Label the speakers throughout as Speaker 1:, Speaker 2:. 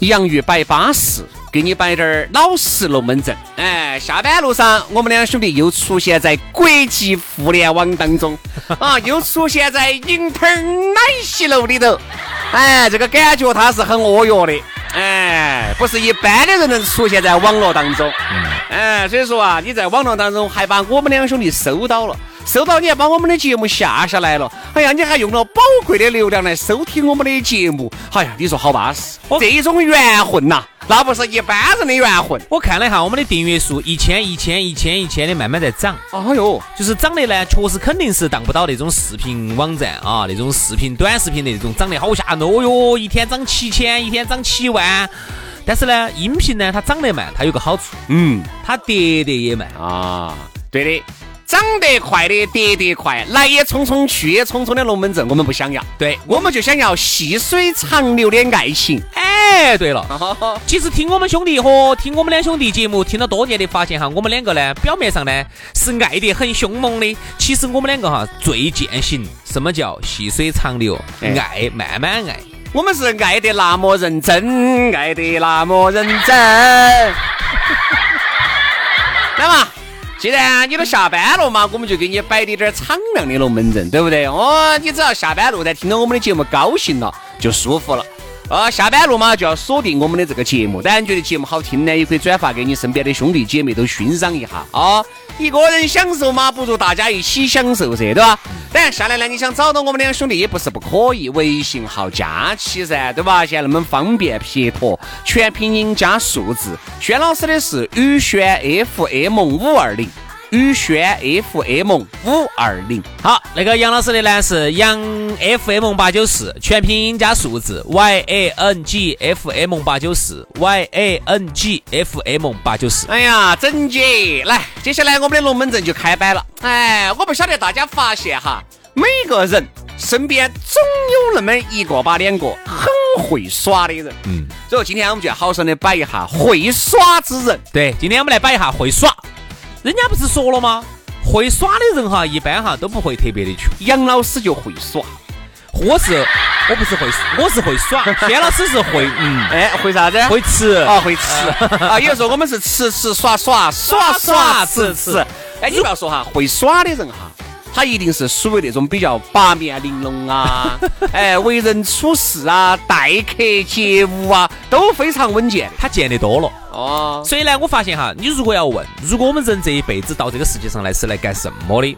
Speaker 1: 洋芋摆巴适，给你摆点儿老实龙门阵。哎，下班路上，我们两兄弟又出现在国际互联网当中，啊，又出现在 international 里头。哎，这个感觉它是很活跃的，哎，不是一般的人能出现在网络当中。哎，所以说啊，你在网络当中还把我们两兄弟收到了。收到你还把我们的节目下下来了，哎呀，你还用了宝贵的流量来收听我们的节目，哎呀，你说好巴适，这种缘分呐、那不是一般人的缘分。
Speaker 2: 我看了一下我们的订阅数，一千、一千、一千、一千的慢慢在涨，
Speaker 1: 哎呦，
Speaker 2: 就是涨的呢，确实肯定是当不到那种视频网站啊，那种视频短视频的那种涨得好吓人哦哟，一天涨七千，一天涨七万。但是呢，音频呢，它涨得慢，它有个好处，
Speaker 1: 嗯
Speaker 2: 它跌得也慢。
Speaker 1: 啊，对的，长得快的跌得快，来也匆匆去也匆匆的龙门阵我们不想要，
Speaker 2: 对，
Speaker 1: 我们就想要细水长流的爱情。
Speaker 2: 哎，对了，其实听我们兄弟和听我们两兄弟节目听了多年的，发现哈，我们两个呢，表面上呢是爱得很凶猛的，其实我们两个哈最践行什么叫细水长流，
Speaker 1: 哎
Speaker 2: 爱慢慢爱。
Speaker 1: 我们是爱得那么认真，爱得那么认真。 那么，既然你都下班了嘛，我们就给你摆的点儿敞亮的龙门阵，对不对？哦，你只要下班路呢，听到我们的节目高兴了，就舒服了。啊，下班路嘛就要锁定我们的这个节目，当然觉得节目好听呢，也可以转发给你身边的兄弟姐妹都欣赏一下啊。一个人享受嘛，不如大家一起享受噻，对吧？当然下来呢，你想找到我们两兄弟也不是不可以，微信号加起噻，对吧？现在那么方便撇脱，全拼音加数字。轩老师的是宇轩 FM 五二零，宇轩 FM 五二零。
Speaker 2: 好，那个杨老师的呢是杨 FM 八九四，全拼音加数字 Y A N G F M 八九四 Y A N G F M 八九四。
Speaker 1: 哎呀，整姐，来，接下来我们的龙门阵就开摆了。哎，我不晓得大家发现哈，每个人身边总有那么一个把两个很会耍的人。嗯，所以今天我们就要好生的摆一下会耍之人。
Speaker 2: 对，今天我们来摆一下会耍。人家不是说了吗？会耍的人哈，一般哈都不会特别的穷。
Speaker 1: 杨老师就会耍，
Speaker 2: 我是我不是会，我是会耍。轩老师是会嗯
Speaker 1: 哎，会啥子？
Speaker 2: 会吃
Speaker 1: 啊，会吃啊。有时候我们是吃吃耍耍耍耍吃吃。哎，你不要说哈，会耍的人哈，他一定是属于那种比较八面玲珑 啊，哎，为人处事啊，待客接物啊，都非常稳健
Speaker 2: 他见得多了。
Speaker 1: 的。哦，
Speaker 2: 所以呢，我发现哈，你如果要问，如果我们人这一辈子到这个世界上来是来干什么的，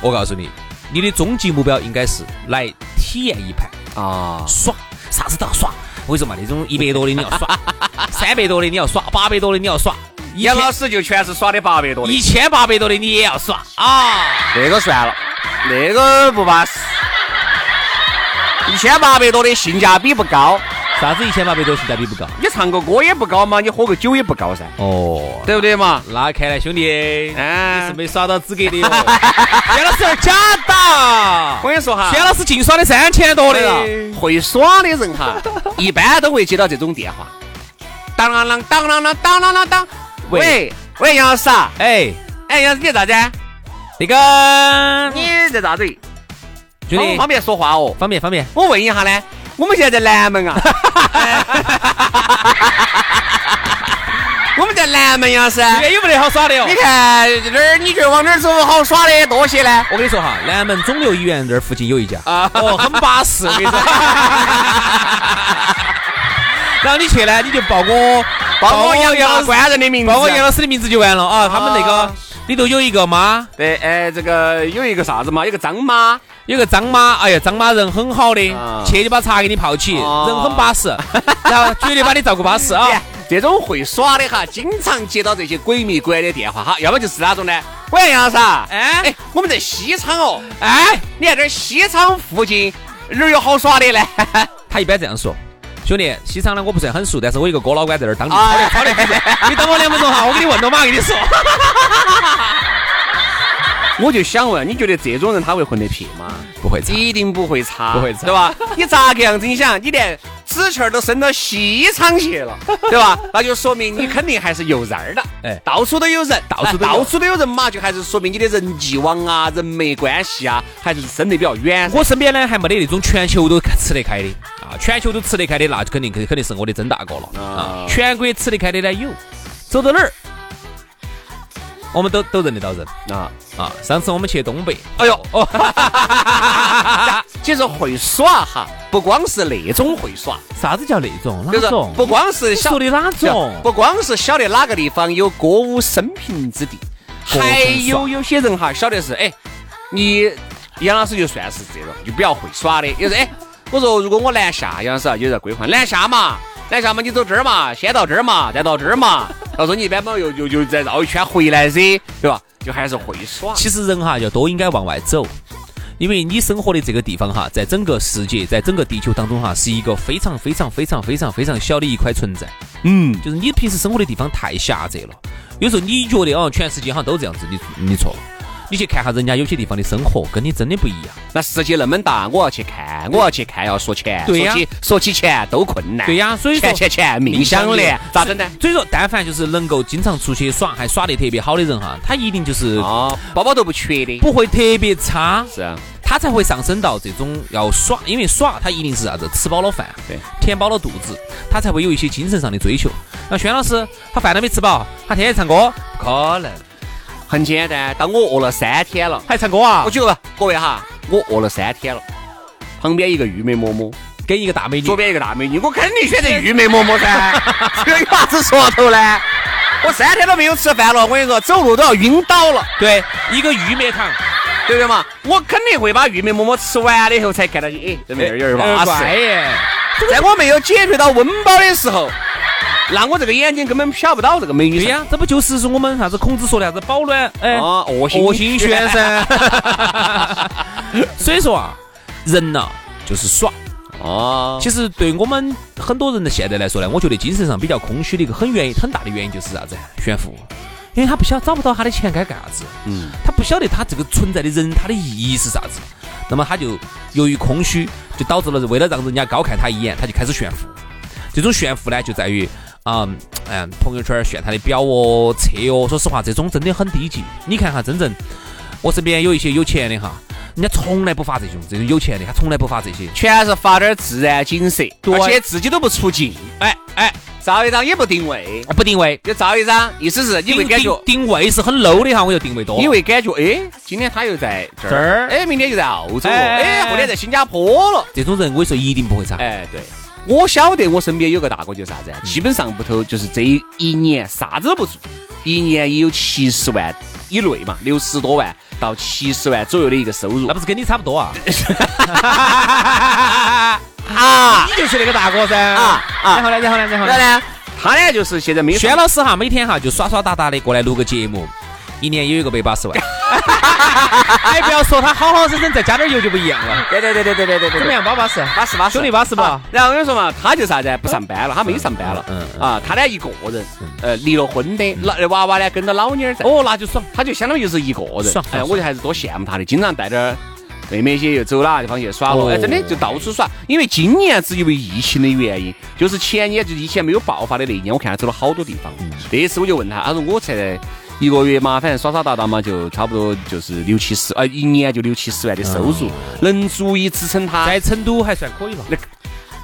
Speaker 2: 我告诉你，你的终极目标应该是来体验一盘
Speaker 1: 啊，
Speaker 2: 耍，啥子都要耍。我跟你说嘛，那种一百多的你要耍，三百多的你要耍，八百多的你要耍，一
Speaker 1: 杨
Speaker 2: 千
Speaker 1: 老师就全是耍的八百多
Speaker 2: 一
Speaker 1: 的，
Speaker 2: 千八百多的你也要耍啊！
Speaker 1: 那个算了，那个不巴适。一千八百多的性价比不高，
Speaker 2: 啥子一千八百多性价比不高？
Speaker 1: 你唱个歌也不高嘛，你喝个酒也不高噻，
Speaker 2: 哦，
Speaker 1: 对不对嘛？
Speaker 2: 那看来兄弟，
Speaker 1: 哎
Speaker 2: 你是没耍到资格 的哟。薛老师有点假的，
Speaker 1: 我跟你说哈，
Speaker 2: 薛老师净耍的三千多的了。
Speaker 1: 会耍的人 哈，一般都会接到这种电话，当啷啷当啷啷当啷啷当，喂
Speaker 2: 喂
Speaker 1: 喂，杨老师啊，
Speaker 2: 哎，
Speaker 1: 哎，杨老师你在咋子？
Speaker 2: 那个
Speaker 1: 你在咋子？方
Speaker 2: 兄弟
Speaker 1: 不方，便说话哦？
Speaker 2: 方便方便，
Speaker 1: 我问一下呢，我们现在在南 门啊，我们在南门，杨老师，
Speaker 2: 这边有没得好耍的哟
Speaker 1: 你？看这儿，你觉得往哪儿走好耍的多些呢？
Speaker 2: 我跟你说哈，南门肿瘤医院这儿附近有一家，
Speaker 1: 啊
Speaker 2: 哦，很巴适，我跟你说。然后你去呢，你就报我
Speaker 1: 帮我杨大官人的名字，
Speaker 2: 报我杨老师的名字就完了啊。他们那个里头有一个妈，
Speaker 1: 对，哎，这个有一个啥子嘛，有个张妈，
Speaker 2: 有个张妈，哎呀，张妈人很好的
Speaker 1: 啊，
Speaker 2: 去就把茶给你泡起，
Speaker 1: 哦
Speaker 2: 人很巴适，然后绝对把你照顾巴适啊。
Speaker 1: 哎这种会耍的哈，经常接到这些鬼迷鬼的电话哈，要么就是那种呢，喂杨老师啊，
Speaker 2: 哎
Speaker 1: 哎，我们在西昌哦，
Speaker 2: 哎，
Speaker 1: 你看这儿西昌附近哪儿有好耍的呢？
Speaker 2: 他一般这样说。兄弟，西昌呢我不是很熟，但是我有个哥老倌在那儿当地炒
Speaker 1: 哎
Speaker 2: 的炒的很熟你等我两分钟哈，我给你问了马上跟你说。
Speaker 1: 我就想问，你觉得这种人他会混得撇吗？
Speaker 2: 不会唱，
Speaker 1: 一定不会差，
Speaker 2: 不会差
Speaker 1: 对吧？ 你咋个样子？你想，你连纸钱儿都伸到西昌去了， 对吧？那就说明你肯定还是有人儿的，
Speaker 2: 哎
Speaker 1: 到处都有人，哎
Speaker 2: 到处都有
Speaker 1: 到处都有人嘛，就还是说明你的人际网啊、人脉关系啊，还是伸得比较远。
Speaker 2: 我身边呢还没得那种全球都吃得开的啊，全球都吃得开的，那就肯定肯肯定是我的曾大哥了
Speaker 1: 啊。
Speaker 2: 啊全国吃得开的呢有，走到哪儿，我们都都认得到人
Speaker 1: 啊，
Speaker 2: 啊。上次我们去东北，
Speaker 1: 哎呦，哦，其实会耍哈，不光是那种会耍，
Speaker 2: 啥子叫那种
Speaker 1: 就是
Speaker 2: 哪种？
Speaker 1: 不光是小
Speaker 2: 说的哪种？
Speaker 1: 不光是晓得哪个地方有歌舞升平之地，
Speaker 2: 歌舞
Speaker 1: 还
Speaker 2: 升
Speaker 1: 有有些人哈，晓得是哎，你杨老师就算是这种，就比较会耍的。有时候哎，我说如果我南下，杨老师啊，有点规划南下嘛，南下嘛，你走这儿嘛，先到这儿嘛，再到这儿嘛，到时候你一般嘛又又又再绕一圈回来噻，对吧？就还是会耍。
Speaker 2: 其实人哈要多应该往外走，因为你生活的这个地方哈，在整个世界，在整个地球当中哈，是一个非常非常非常非常非常小的一块存在。
Speaker 1: 嗯，
Speaker 2: 就是你平时生活的地方太狭窄了，有时候你觉得哦，全世界好像都这样子，你你错了。你去看下人家有些地方的生活，跟你真的不一样。
Speaker 1: 那世界那么大，我要去看，我要去看，要说钱，
Speaker 2: 对呀
Speaker 1: 说起说起钱都困难。
Speaker 2: 对呀所以说
Speaker 1: 钱钱钱命相连，咋整呢？
Speaker 2: 所以说，但凡就是能够经常出去耍，还耍得特别好的人哈，他一定就是
Speaker 1: 哦，包包都不缺的。
Speaker 2: 不会特别差，
Speaker 1: 是啊，
Speaker 2: 他才会上升到这种要耍，因为耍他一定是啥子，吃饱了饭，
Speaker 1: 对，
Speaker 2: 填饱了肚子，他才会有一些精神上的追求。那轩老师，他饭都没吃饱，他天天唱歌，不可能，
Speaker 1: 很简单。当我饿了三天了，
Speaker 2: 还唱歌啊
Speaker 1: 我？觉得各位哈，我饿了三天了。旁边一个玉梅嬷嬷，
Speaker 2: 跟一个大美女
Speaker 1: 左，边一个大美女，我肯定选择玉梅嬷嬷噻， 这有啥子说头呢？我三天都没有吃饭了，我跟你说，走路都要晕倒了，
Speaker 2: 对，一个玉梅糖，
Speaker 1: 对不对嘛？我肯定会把玉梅嬷嬷吃完了以后才看到你，哎，这妹儿有点
Speaker 2: 呃
Speaker 1: 巴
Speaker 2: 乖
Speaker 1: 适。
Speaker 2: 耶。
Speaker 1: 在我没有解决到温饱的时候，那我这个眼睛根本瞟不到这个美女。
Speaker 2: 对呀、这不就是是我们啥子孔子说的啥子保暖哎
Speaker 1: 啊恶心
Speaker 2: 恶心 轩噻。 所以说啊，人呐、就是耍。
Speaker 1: 哦，
Speaker 2: 其实对我们很多人的现在来说呢，我觉得精神上比较空虚的一个很原因很大的原因就是啥子？炫富，因为他不晓找不到他的钱该干啥子，嗯，他不晓得他这个存在的人他的意义是啥子，那么他就由于空虚，就导致了为了让人家高看他一眼，他就开始炫富。这种炫富呢，就在于。啊嗯，嗯，朋友圈儿炫他的表哦、车哦，说实话，这种真的很低级。你看哈，真正我身边有一些有钱的哈，人家从来不发这种，这种有钱的他从来不发这些。
Speaker 1: 全是发点儿自然景色，
Speaker 2: 对
Speaker 1: 而且自己都不出镜，
Speaker 2: 哎哎，
Speaker 1: 照一张也不定位，
Speaker 2: 不定位，
Speaker 1: 就照一张，意思是你会
Speaker 2: 定
Speaker 1: 感
Speaker 2: 定
Speaker 1: 觉，
Speaker 2: 定位是很 low 的哈，我就定位多了。
Speaker 1: 你会感觉，哎，今天他又在这
Speaker 2: 这儿
Speaker 1: 儿，哎，明天就在澳洲了，
Speaker 2: 哎
Speaker 1: 哎，后天在新加坡了，
Speaker 2: 这种人，我跟你说一定不会差。
Speaker 1: 哎，对。我晓得我身边有个大哥就是啥子啊，基本上不头就是这一年啥子都不做，一年也有七十万以内嘛，六十多万到七十万左右的一个收入
Speaker 2: 那不是跟你差不多啊？
Speaker 1: 啊
Speaker 2: 你就是那个大哥噻。
Speaker 1: 啊
Speaker 2: 然
Speaker 1: 啊！
Speaker 2: 后呢，然后呢，然后
Speaker 1: 然后
Speaker 2: 呢？
Speaker 1: 呢，他呢就是现在没
Speaker 2: 轩老师哈，每天哈就耍耍打打的过来录个节目，一年也有一个百八 十万。哎，不要说他好好生生再加点油就不一样了。
Speaker 1: 对对对对对对对对
Speaker 2: 怎
Speaker 1: 对
Speaker 2: 么。样，巴不巴适？
Speaker 1: 巴适巴适，
Speaker 2: 兄弟巴适不
Speaker 1: 啊然后我跟你说嘛，他就啥子，不上班了，他没上班了，
Speaker 2: 嗯嗯
Speaker 1: 啊，他呢一个人，呃，离了婚的，老娃娃呢跟着老妞儿在，
Speaker 2: 哦，那就爽。
Speaker 1: 他就相当于就是一个人
Speaker 2: 爽，
Speaker 1: 哎，
Speaker 2: 爽
Speaker 1: 我就还是多羡慕他的，经常带点儿妹妹些又走哪个地方去耍了，
Speaker 2: 哦
Speaker 1: 哎，真的就到处耍，因为今年只因为疫情的原因，就是前年就是疫情没有爆发的那一年，我看他走了好多地方，那一次我就问他，他说我才。一个月嘛，反正耍耍打打嘛，就差不多就是六七十，呃，一年就六七十万的收入，能足以支撑他
Speaker 2: 在成都还算可以吧？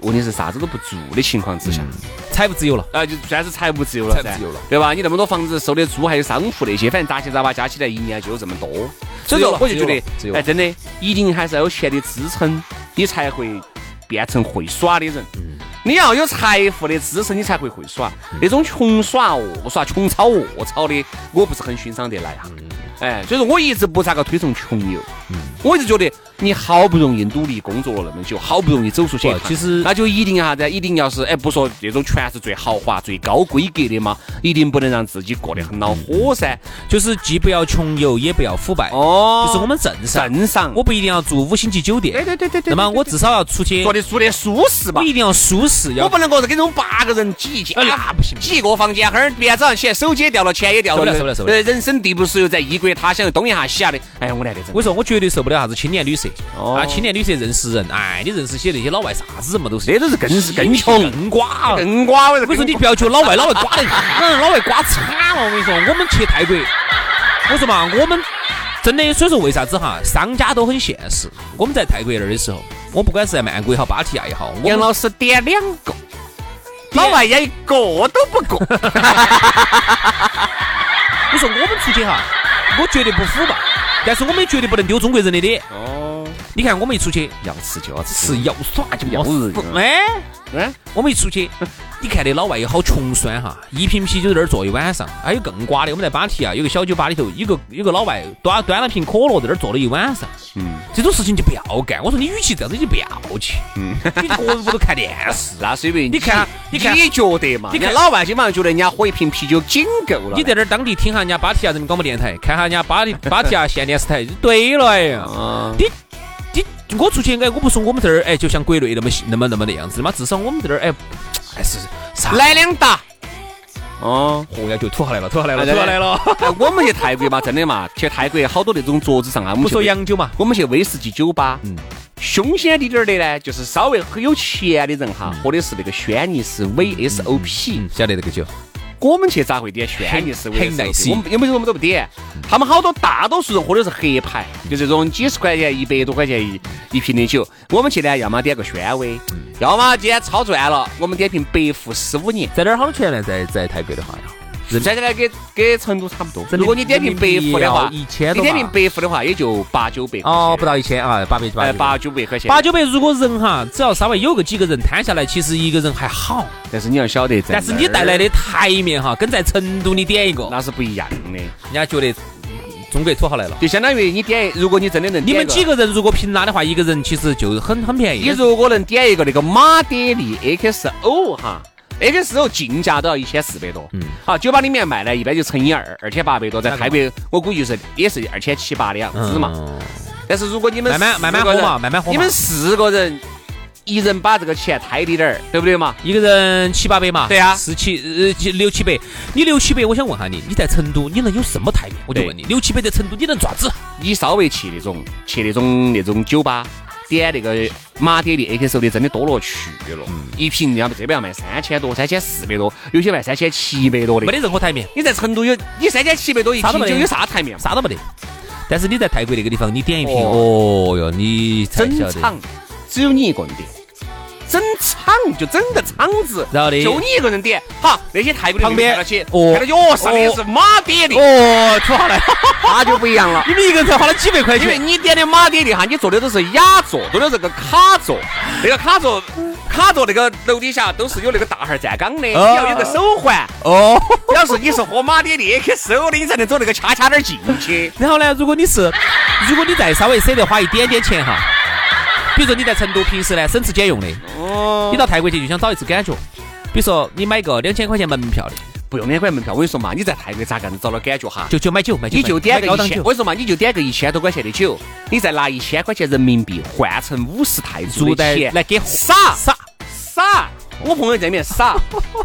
Speaker 1: 问题是啥子都不做的情况之下，
Speaker 2: 财务自由了。
Speaker 1: 啊，就算是财务自由了噻，
Speaker 2: 财务自由了
Speaker 1: 对吧？你那么多房子收的租，还有商铺那些，反正杂七杂八加起来一年就这么多，所以
Speaker 2: 自
Speaker 1: 说
Speaker 2: 由了
Speaker 1: 我就觉
Speaker 2: 自由
Speaker 1: 得，
Speaker 2: 了
Speaker 1: 哎，真
Speaker 2: 嗯
Speaker 1: 的一定还是要有钱的支撑，你才会变成会耍的人。你要有财富的支撑，你才会会耍。那种穷耍恶耍、穷操恶操的，我不是很欣赏得来哈。哎，所以说我一直不咋个推崇穷游。我一直觉得你好不容易努力工作了那么久，好不容易走出去一趟，
Speaker 2: 不其实
Speaker 1: 那就一定要啥子？一定要是哎，不说这种全是最豪华、最高规格的嘛，一定不能让自己过得很恼火噻。
Speaker 2: 就是既不要穷游，也不要腐败，
Speaker 1: 哦，
Speaker 2: 就是我们正常。
Speaker 1: 正常，
Speaker 2: 我不一定要住五星级酒店，
Speaker 1: 对对对对对
Speaker 2: 那么我至少要出去，
Speaker 1: 坐的住的舒适嘛
Speaker 2: 我。一定要舒适，
Speaker 1: 我
Speaker 2: 要
Speaker 1: 不能够是跟踪八个人挤一啊间，
Speaker 2: 哎那不行
Speaker 1: 挤一个房间，哈儿明天早上起来手机也掉了，钱也掉
Speaker 2: 受不了受不了受不了
Speaker 1: 呃，人生地不熟，又在异国他乡，又东一下西一下的，哎呀，我来得真
Speaker 2: 我。说我绝对受不了啥子青年旅社
Speaker 1: 哦
Speaker 2: 啊！青年旅社认识人，哎，你认识些那些老外啥子人嘛都是，
Speaker 1: 这都是更是更穷
Speaker 2: 更瓜。
Speaker 1: 更瓜，我
Speaker 2: 我说你不要觉得老外老外 瓜的，嗯，老外瓜惨了。我跟你说，我们去泰国，我说嘛，我们真的，所以说为啥子哈，商家都很现实。我们在泰国那儿的时候，我不管是在曼谷也好，芭提雅也好，我
Speaker 1: 杨
Speaker 2: 们
Speaker 1: 老师点两个，老外也一个都不够。
Speaker 2: 我说我们出去哈，我绝对不腐败，但是我们也绝对不能丢中国人的脸。
Speaker 1: 哦，
Speaker 2: 你看我们一出去
Speaker 1: 要吃就要吃，
Speaker 2: 是要耍就要死
Speaker 1: 要日，
Speaker 2: 哎。
Speaker 1: 嗯，
Speaker 2: 我们一出去，你看那老外有好穷酸哈，一瓶啤酒在那儿坐一晚上。哎还有更瓜的，我们在芭提啊雅有个小酒吧里头，有个有个老外端端了瓶可乐在那儿坐了一晚上。嗯，这种事情就不要干。我说你与其这样子，你就不要去。嗯，你个人屋头看电 视。
Speaker 1: 那是因为
Speaker 2: 你看你看
Speaker 1: 你觉得嘛？
Speaker 2: 你看
Speaker 1: 人家老外基本上觉得人家喝一瓶啤酒仅够了。
Speaker 2: 你在那儿当地听下人家芭提雅人民广播电台，看下人家芭提 芭提雅县电视台，就对了哎呀。
Speaker 1: 啊，
Speaker 2: 你你我出去哎，我不说我们这儿哎，就像国内那么那么那么那样子嘛，至少我们这儿哎，还是啥？
Speaker 1: 来两打。哦。
Speaker 2: 嚯呀，就土豪来了，土豪来了，
Speaker 1: 哎
Speaker 2: 土
Speaker 1: 对
Speaker 2: 豪来了。
Speaker 1: 哎，我们去泰国嘛，真的嘛，去泰国好多那种桌子上啊，我们
Speaker 2: 不
Speaker 1: 去
Speaker 2: 说
Speaker 1: 威，
Speaker 2: 洋酒嘛，
Speaker 1: 我们去威士忌酒吧，
Speaker 2: 嗯
Speaker 1: 嗯，凶险滴点儿的呢，就是稍微很有钱的人哈，喝的是那个轩尼诗 VSOP，
Speaker 2: 嗯，晓得这个酒。
Speaker 1: 我们去咋会点轩尼诗
Speaker 2: 很嗯很
Speaker 1: VSOP？
Speaker 2: nice
Speaker 1: 我们有没有我们都不点，他们好多大多数人喝的是黑牌，
Speaker 2: 嗯
Speaker 1: 就这种几十块钱、一百多块钱一一瓶的酒，我们去呢，要么点个轩威，
Speaker 2: 嗯
Speaker 1: 要么今天超赚了，我们点瓶百富十五年。
Speaker 2: 在哪儿好多钱呢？在在泰国的话呀，人
Speaker 1: 现在呢，跟跟成都差不多。
Speaker 2: 真的
Speaker 1: 如果你点瓶百富的话，
Speaker 2: 人民币
Speaker 1: 你
Speaker 2: 要1000啊多吧
Speaker 1: 点瓶百富的话，也就八九百。
Speaker 2: 哦，不，到一千啊，八百八
Speaker 1: 哎，
Speaker 2: 百
Speaker 1: 八九百块钱。
Speaker 2: 八。九百。如果人哈，只要稍微有个几个人摊下来，其实一个人还好。
Speaker 1: 但是你要晓得，在
Speaker 2: 但是你带来的台面哈，跟在成都你点一个
Speaker 1: 那，儿那是不一样的，
Speaker 2: 人家觉得中国土豪来了。
Speaker 1: 就相当于你点，如果你真的能，
Speaker 2: 你们几？个人如果平拉的话，一个人其实就很很便宜。
Speaker 1: 你如果能点一个那个马德里 XO 哈。XO 进价都要一千四百多，嗯，好，酒吧里面卖呢，一般就乘以二，二千八百多，在泰国我估计是也是二千七八的样子嘛。
Speaker 2: 嗯
Speaker 1: 但是如果你们
Speaker 2: 慢慢
Speaker 1: 四
Speaker 2: 慢慢
Speaker 1: 个
Speaker 2: 喝
Speaker 1: 人
Speaker 2: 嘛慢慢喝嘛
Speaker 1: 你们四个人，一人把这个钱摊低点儿，对不对嘛？
Speaker 2: 一个人七八百嘛，
Speaker 1: 对啊
Speaker 2: 十七呃七六七百，你六七百，我想问下你，你在成都你能有什么台面？我就问你，六七百在成都你能咋子？
Speaker 1: 你稍微去那种去那种那种酒吧，点那个马德里 XO 的，真的多了去了。
Speaker 2: 嗯
Speaker 1: 一瓶要不这边要卖三千多，三千四百多，有些卖三千七百多的。
Speaker 2: 没得任何台面。
Speaker 1: 你在成都有你三千七百多一
Speaker 2: 啥都
Speaker 1: 瓶
Speaker 2: 没得
Speaker 1: 酒有啥台面嘛？
Speaker 2: 啥都没得。但是你在泰国那个地方，你点一瓶，
Speaker 1: 哦
Speaker 2: 哦哟，你才
Speaker 1: 整
Speaker 2: 晓得
Speaker 1: 场。只有你一个人点，整场就整个场子，
Speaker 2: 然后呢
Speaker 1: 就你一个人点。好，那些泰国的
Speaker 2: 旁边
Speaker 1: 看到起，
Speaker 2: 哦
Speaker 1: 看到起哦，上面是马德里，
Speaker 2: 哦，土豪来了，
Speaker 1: 那就不一样了。
Speaker 2: 你们一个人才花了几百 块
Speaker 1: 因为
Speaker 2: 钱。
Speaker 1: 你点的马爹利哈，你坐的都是雅座，坐的是个卡座，那个卡座，卡座那个楼底下都是有那个大孩儿站岗的，你
Speaker 2: 哦
Speaker 1: 要有个手环。
Speaker 2: 哦，
Speaker 1: 要是你是喝马爹利 XO 的，你才能走那个恰恰点儿进去。
Speaker 2: 然后呢，如果你是，如果你再稍微舍得花一点点钱哈，比如说你在成都平时呢省吃俭用的，
Speaker 1: 哦
Speaker 2: 你到泰国去就想找一次感觉。比如说你买个两千块钱门票的，
Speaker 1: 不用两块门票，我跟你说嘛，你在泰国咋个能找到感觉哈？
Speaker 2: 就就买酒买酒，
Speaker 1: 你就点
Speaker 2: 买
Speaker 1: 个
Speaker 2: 高
Speaker 1: 一
Speaker 2: 档
Speaker 1: 千，我
Speaker 2: 酒，
Speaker 1: 跟你说嘛，你就点个一千多块钱的酒，你再拿一千块钱人民币换成五十泰铢
Speaker 2: 住在
Speaker 1: 的钱
Speaker 2: 来给喝
Speaker 1: 傻
Speaker 2: 傻。
Speaker 1: 傻，我朋友在里面傻，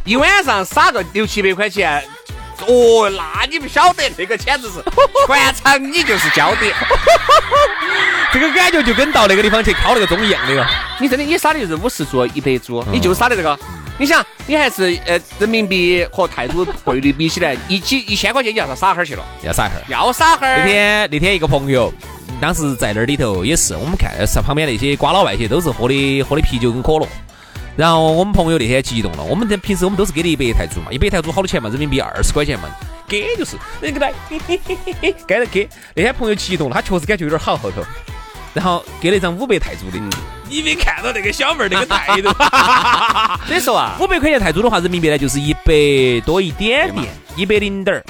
Speaker 1: 一晚上傻个六七百块钱。哦，那你不晓得，那个简 直是全场你就是焦点，
Speaker 2: 这个感觉就跟到那个地方去烤那个钟一样的了。
Speaker 1: 你真的你傻的就是五十株、一百株，
Speaker 2: 嗯
Speaker 1: 你就傻的这个。你想，你还是呃人民币和泰铢汇率比起来，一几一千块钱你要上傻哈儿去了，
Speaker 2: 要啥一会儿？
Speaker 1: 要傻哈
Speaker 2: 那
Speaker 1: 儿。
Speaker 2: 天那天一个朋友，当时在那儿里头也是，我们看是旁边那些瓜老外些都是喝的喝的啤酒跟可乐。然后我们朋友那天激动了，我们这平时我们都是给的一百泰铢嘛，一百泰铢好多钱嘛，人民币二十块钱嘛，给就是那个来，嘿嘿嘿嘿嘿该给。那天朋友激动了，他确实感觉有点好后头，然后给了一张五百泰铢的，你没看到那个小妹儿那个态度？
Speaker 1: 所以说啊，
Speaker 2: 五百块钱泰铢的话，人民币呢就是一百多一点点，一百零点儿。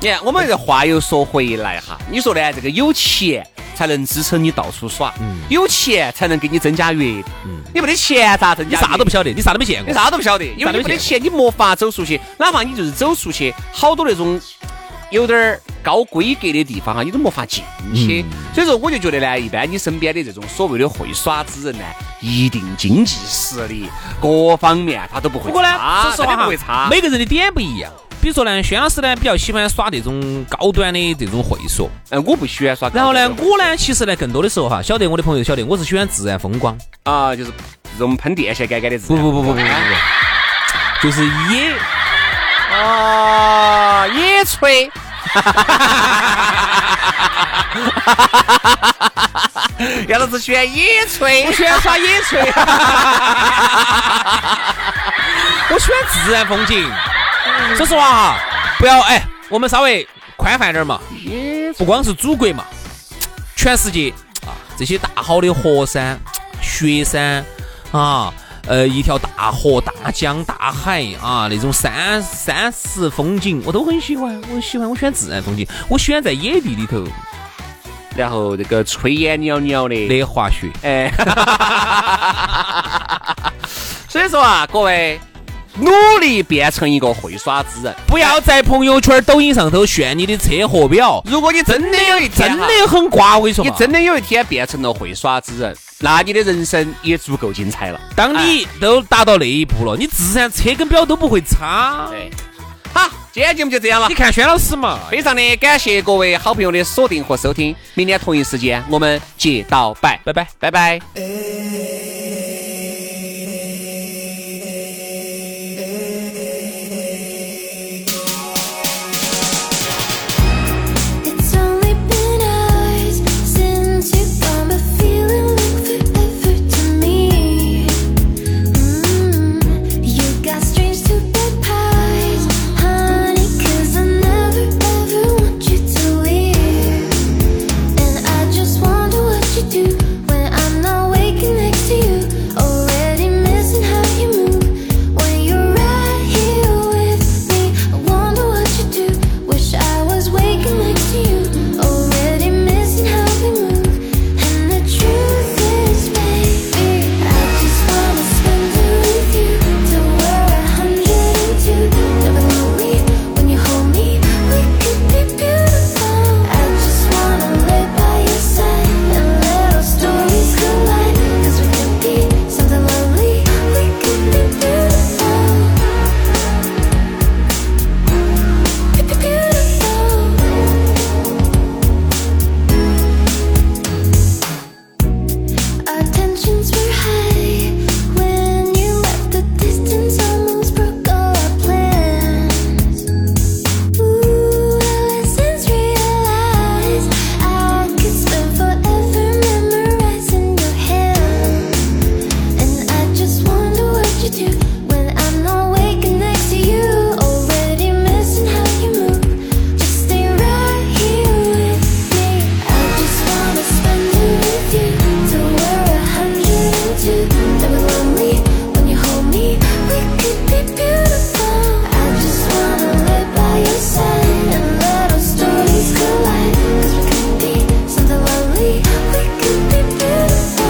Speaker 1: 你看我们这话又说回来哈，你说呢？这个有钱才能支撑你到处耍，
Speaker 2: 嗯
Speaker 1: 有钱才能给你增加阅历，你没得钱咋增
Speaker 2: 你
Speaker 1: 加？
Speaker 2: 啥都不。晓得，你啥都没见
Speaker 1: 你
Speaker 2: 过。
Speaker 1: 啥都不晓得，因为
Speaker 2: 啥都
Speaker 1: 你没得
Speaker 2: 没
Speaker 1: 钱，
Speaker 2: 见
Speaker 1: 你没法走出去。哪怕你就是走出去，好多那种有点儿高规格的地方啊哈，你都没法进去。
Speaker 2: 嗯
Speaker 1: 所以说，我就觉得呢，一般你身边的这种所谓的会耍之人呢，一定经济实力各方面他都不会
Speaker 2: 啊不过呢
Speaker 1: 差，，
Speaker 2: 说实话
Speaker 1: 他都不会差
Speaker 2: 哈，。每个人的点不一样。比如说呢，轩老师呢比较喜欢耍这种高端的这种会所，
Speaker 1: 嗯，我不喜欢耍。
Speaker 2: 然后呢，我呢其实呢更多的时候哈，晓得我的朋友晓得我是喜欢自然风光，
Speaker 1: 啊，就是这种喷电线杆杆的字。
Speaker 2: 不不不不不不不不，就是野
Speaker 1: 嗯啊，野炊。 杨老师喜欢野炊，我喜欢耍野炊。
Speaker 2: 我喜欢自然风景。说实话哈，不要哎，我们稍微宽泛点儿嘛，不光是祖国嘛，全世界啊这些大好的河山、雪山啊，呃一条大河、大江、大海啊那种山山石风景，我都很喜欢。我喜欢，我喜欢自然风景，我喜欢在野地里头
Speaker 1: 然后这个炊烟袅袅的，
Speaker 2: 的滑雪。
Speaker 1: 哎，所以说啊，各位努力变成一个会耍之人。
Speaker 2: 不要在朋友圈、抖音上头炫你的车和表，
Speaker 1: 如果你真的哎有一天啊
Speaker 2: 真
Speaker 1: 哈
Speaker 2: 的很瓜。我跟你说
Speaker 1: 你
Speaker 2: 嘛，
Speaker 1: 真的有一天变成了会耍之人，那你的人生也足够精彩了。
Speaker 2: 当你都达到那一步了，你自然车跟表都不会差。
Speaker 1: 对，好，今天节目就这样了
Speaker 2: 你。看轩老师嘛，哎
Speaker 1: 非常的感谢各位好朋友的锁定和收听，明天同一时间我们接到拜，
Speaker 2: 拜拜。
Speaker 1: 拜拜。
Speaker 3: It's only been hours since you've gone, but feeling like forever to me. Mm-hmm. You got strange superpowers, honey, 'cause I never ever want you to leave. And I just wonder what you do when I'm not waking next to you, already missing how you move. When you're right here with me, I wonder what you do. Wish I was waking next to you, already missing how we move. And the truth is, baby, I just wanna spend it with you till we're a hundred and two. Never lonely when you hold me, we could be beautiful. I just wanna live by your side and let our stories collide. 'Cause we could be something lovely, we could be beautiful. Our tensions were high when you left. The distance almost broke all our plans. Ooh, ever since realized I could spend forever memorizing your hand. And I just wonder what you do when I'm not waking next to you. Already missing how you move. Just stay right here with me. I just wanna spend it with you till we're a hundred and two. Never lonely when you hold me. We could be beautiful. I just wanna live by your side and let our stories collide. 'Cause we could be something lovely. We could be beautiful.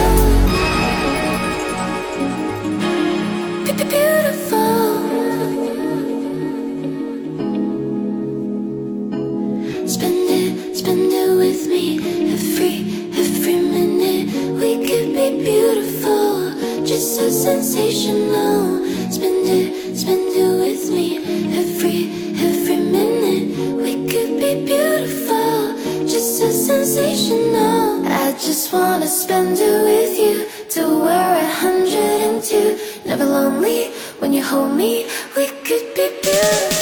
Speaker 3: Spend it, spend it with me every, every minute. We could be beautiful, just so sensational. Spend it, spend it with me every, every minute. We could be beautiful, just so sensational. I just wanna spend it with you till we're a hundred and two. Never lonely when you hold me. We could be beautiful.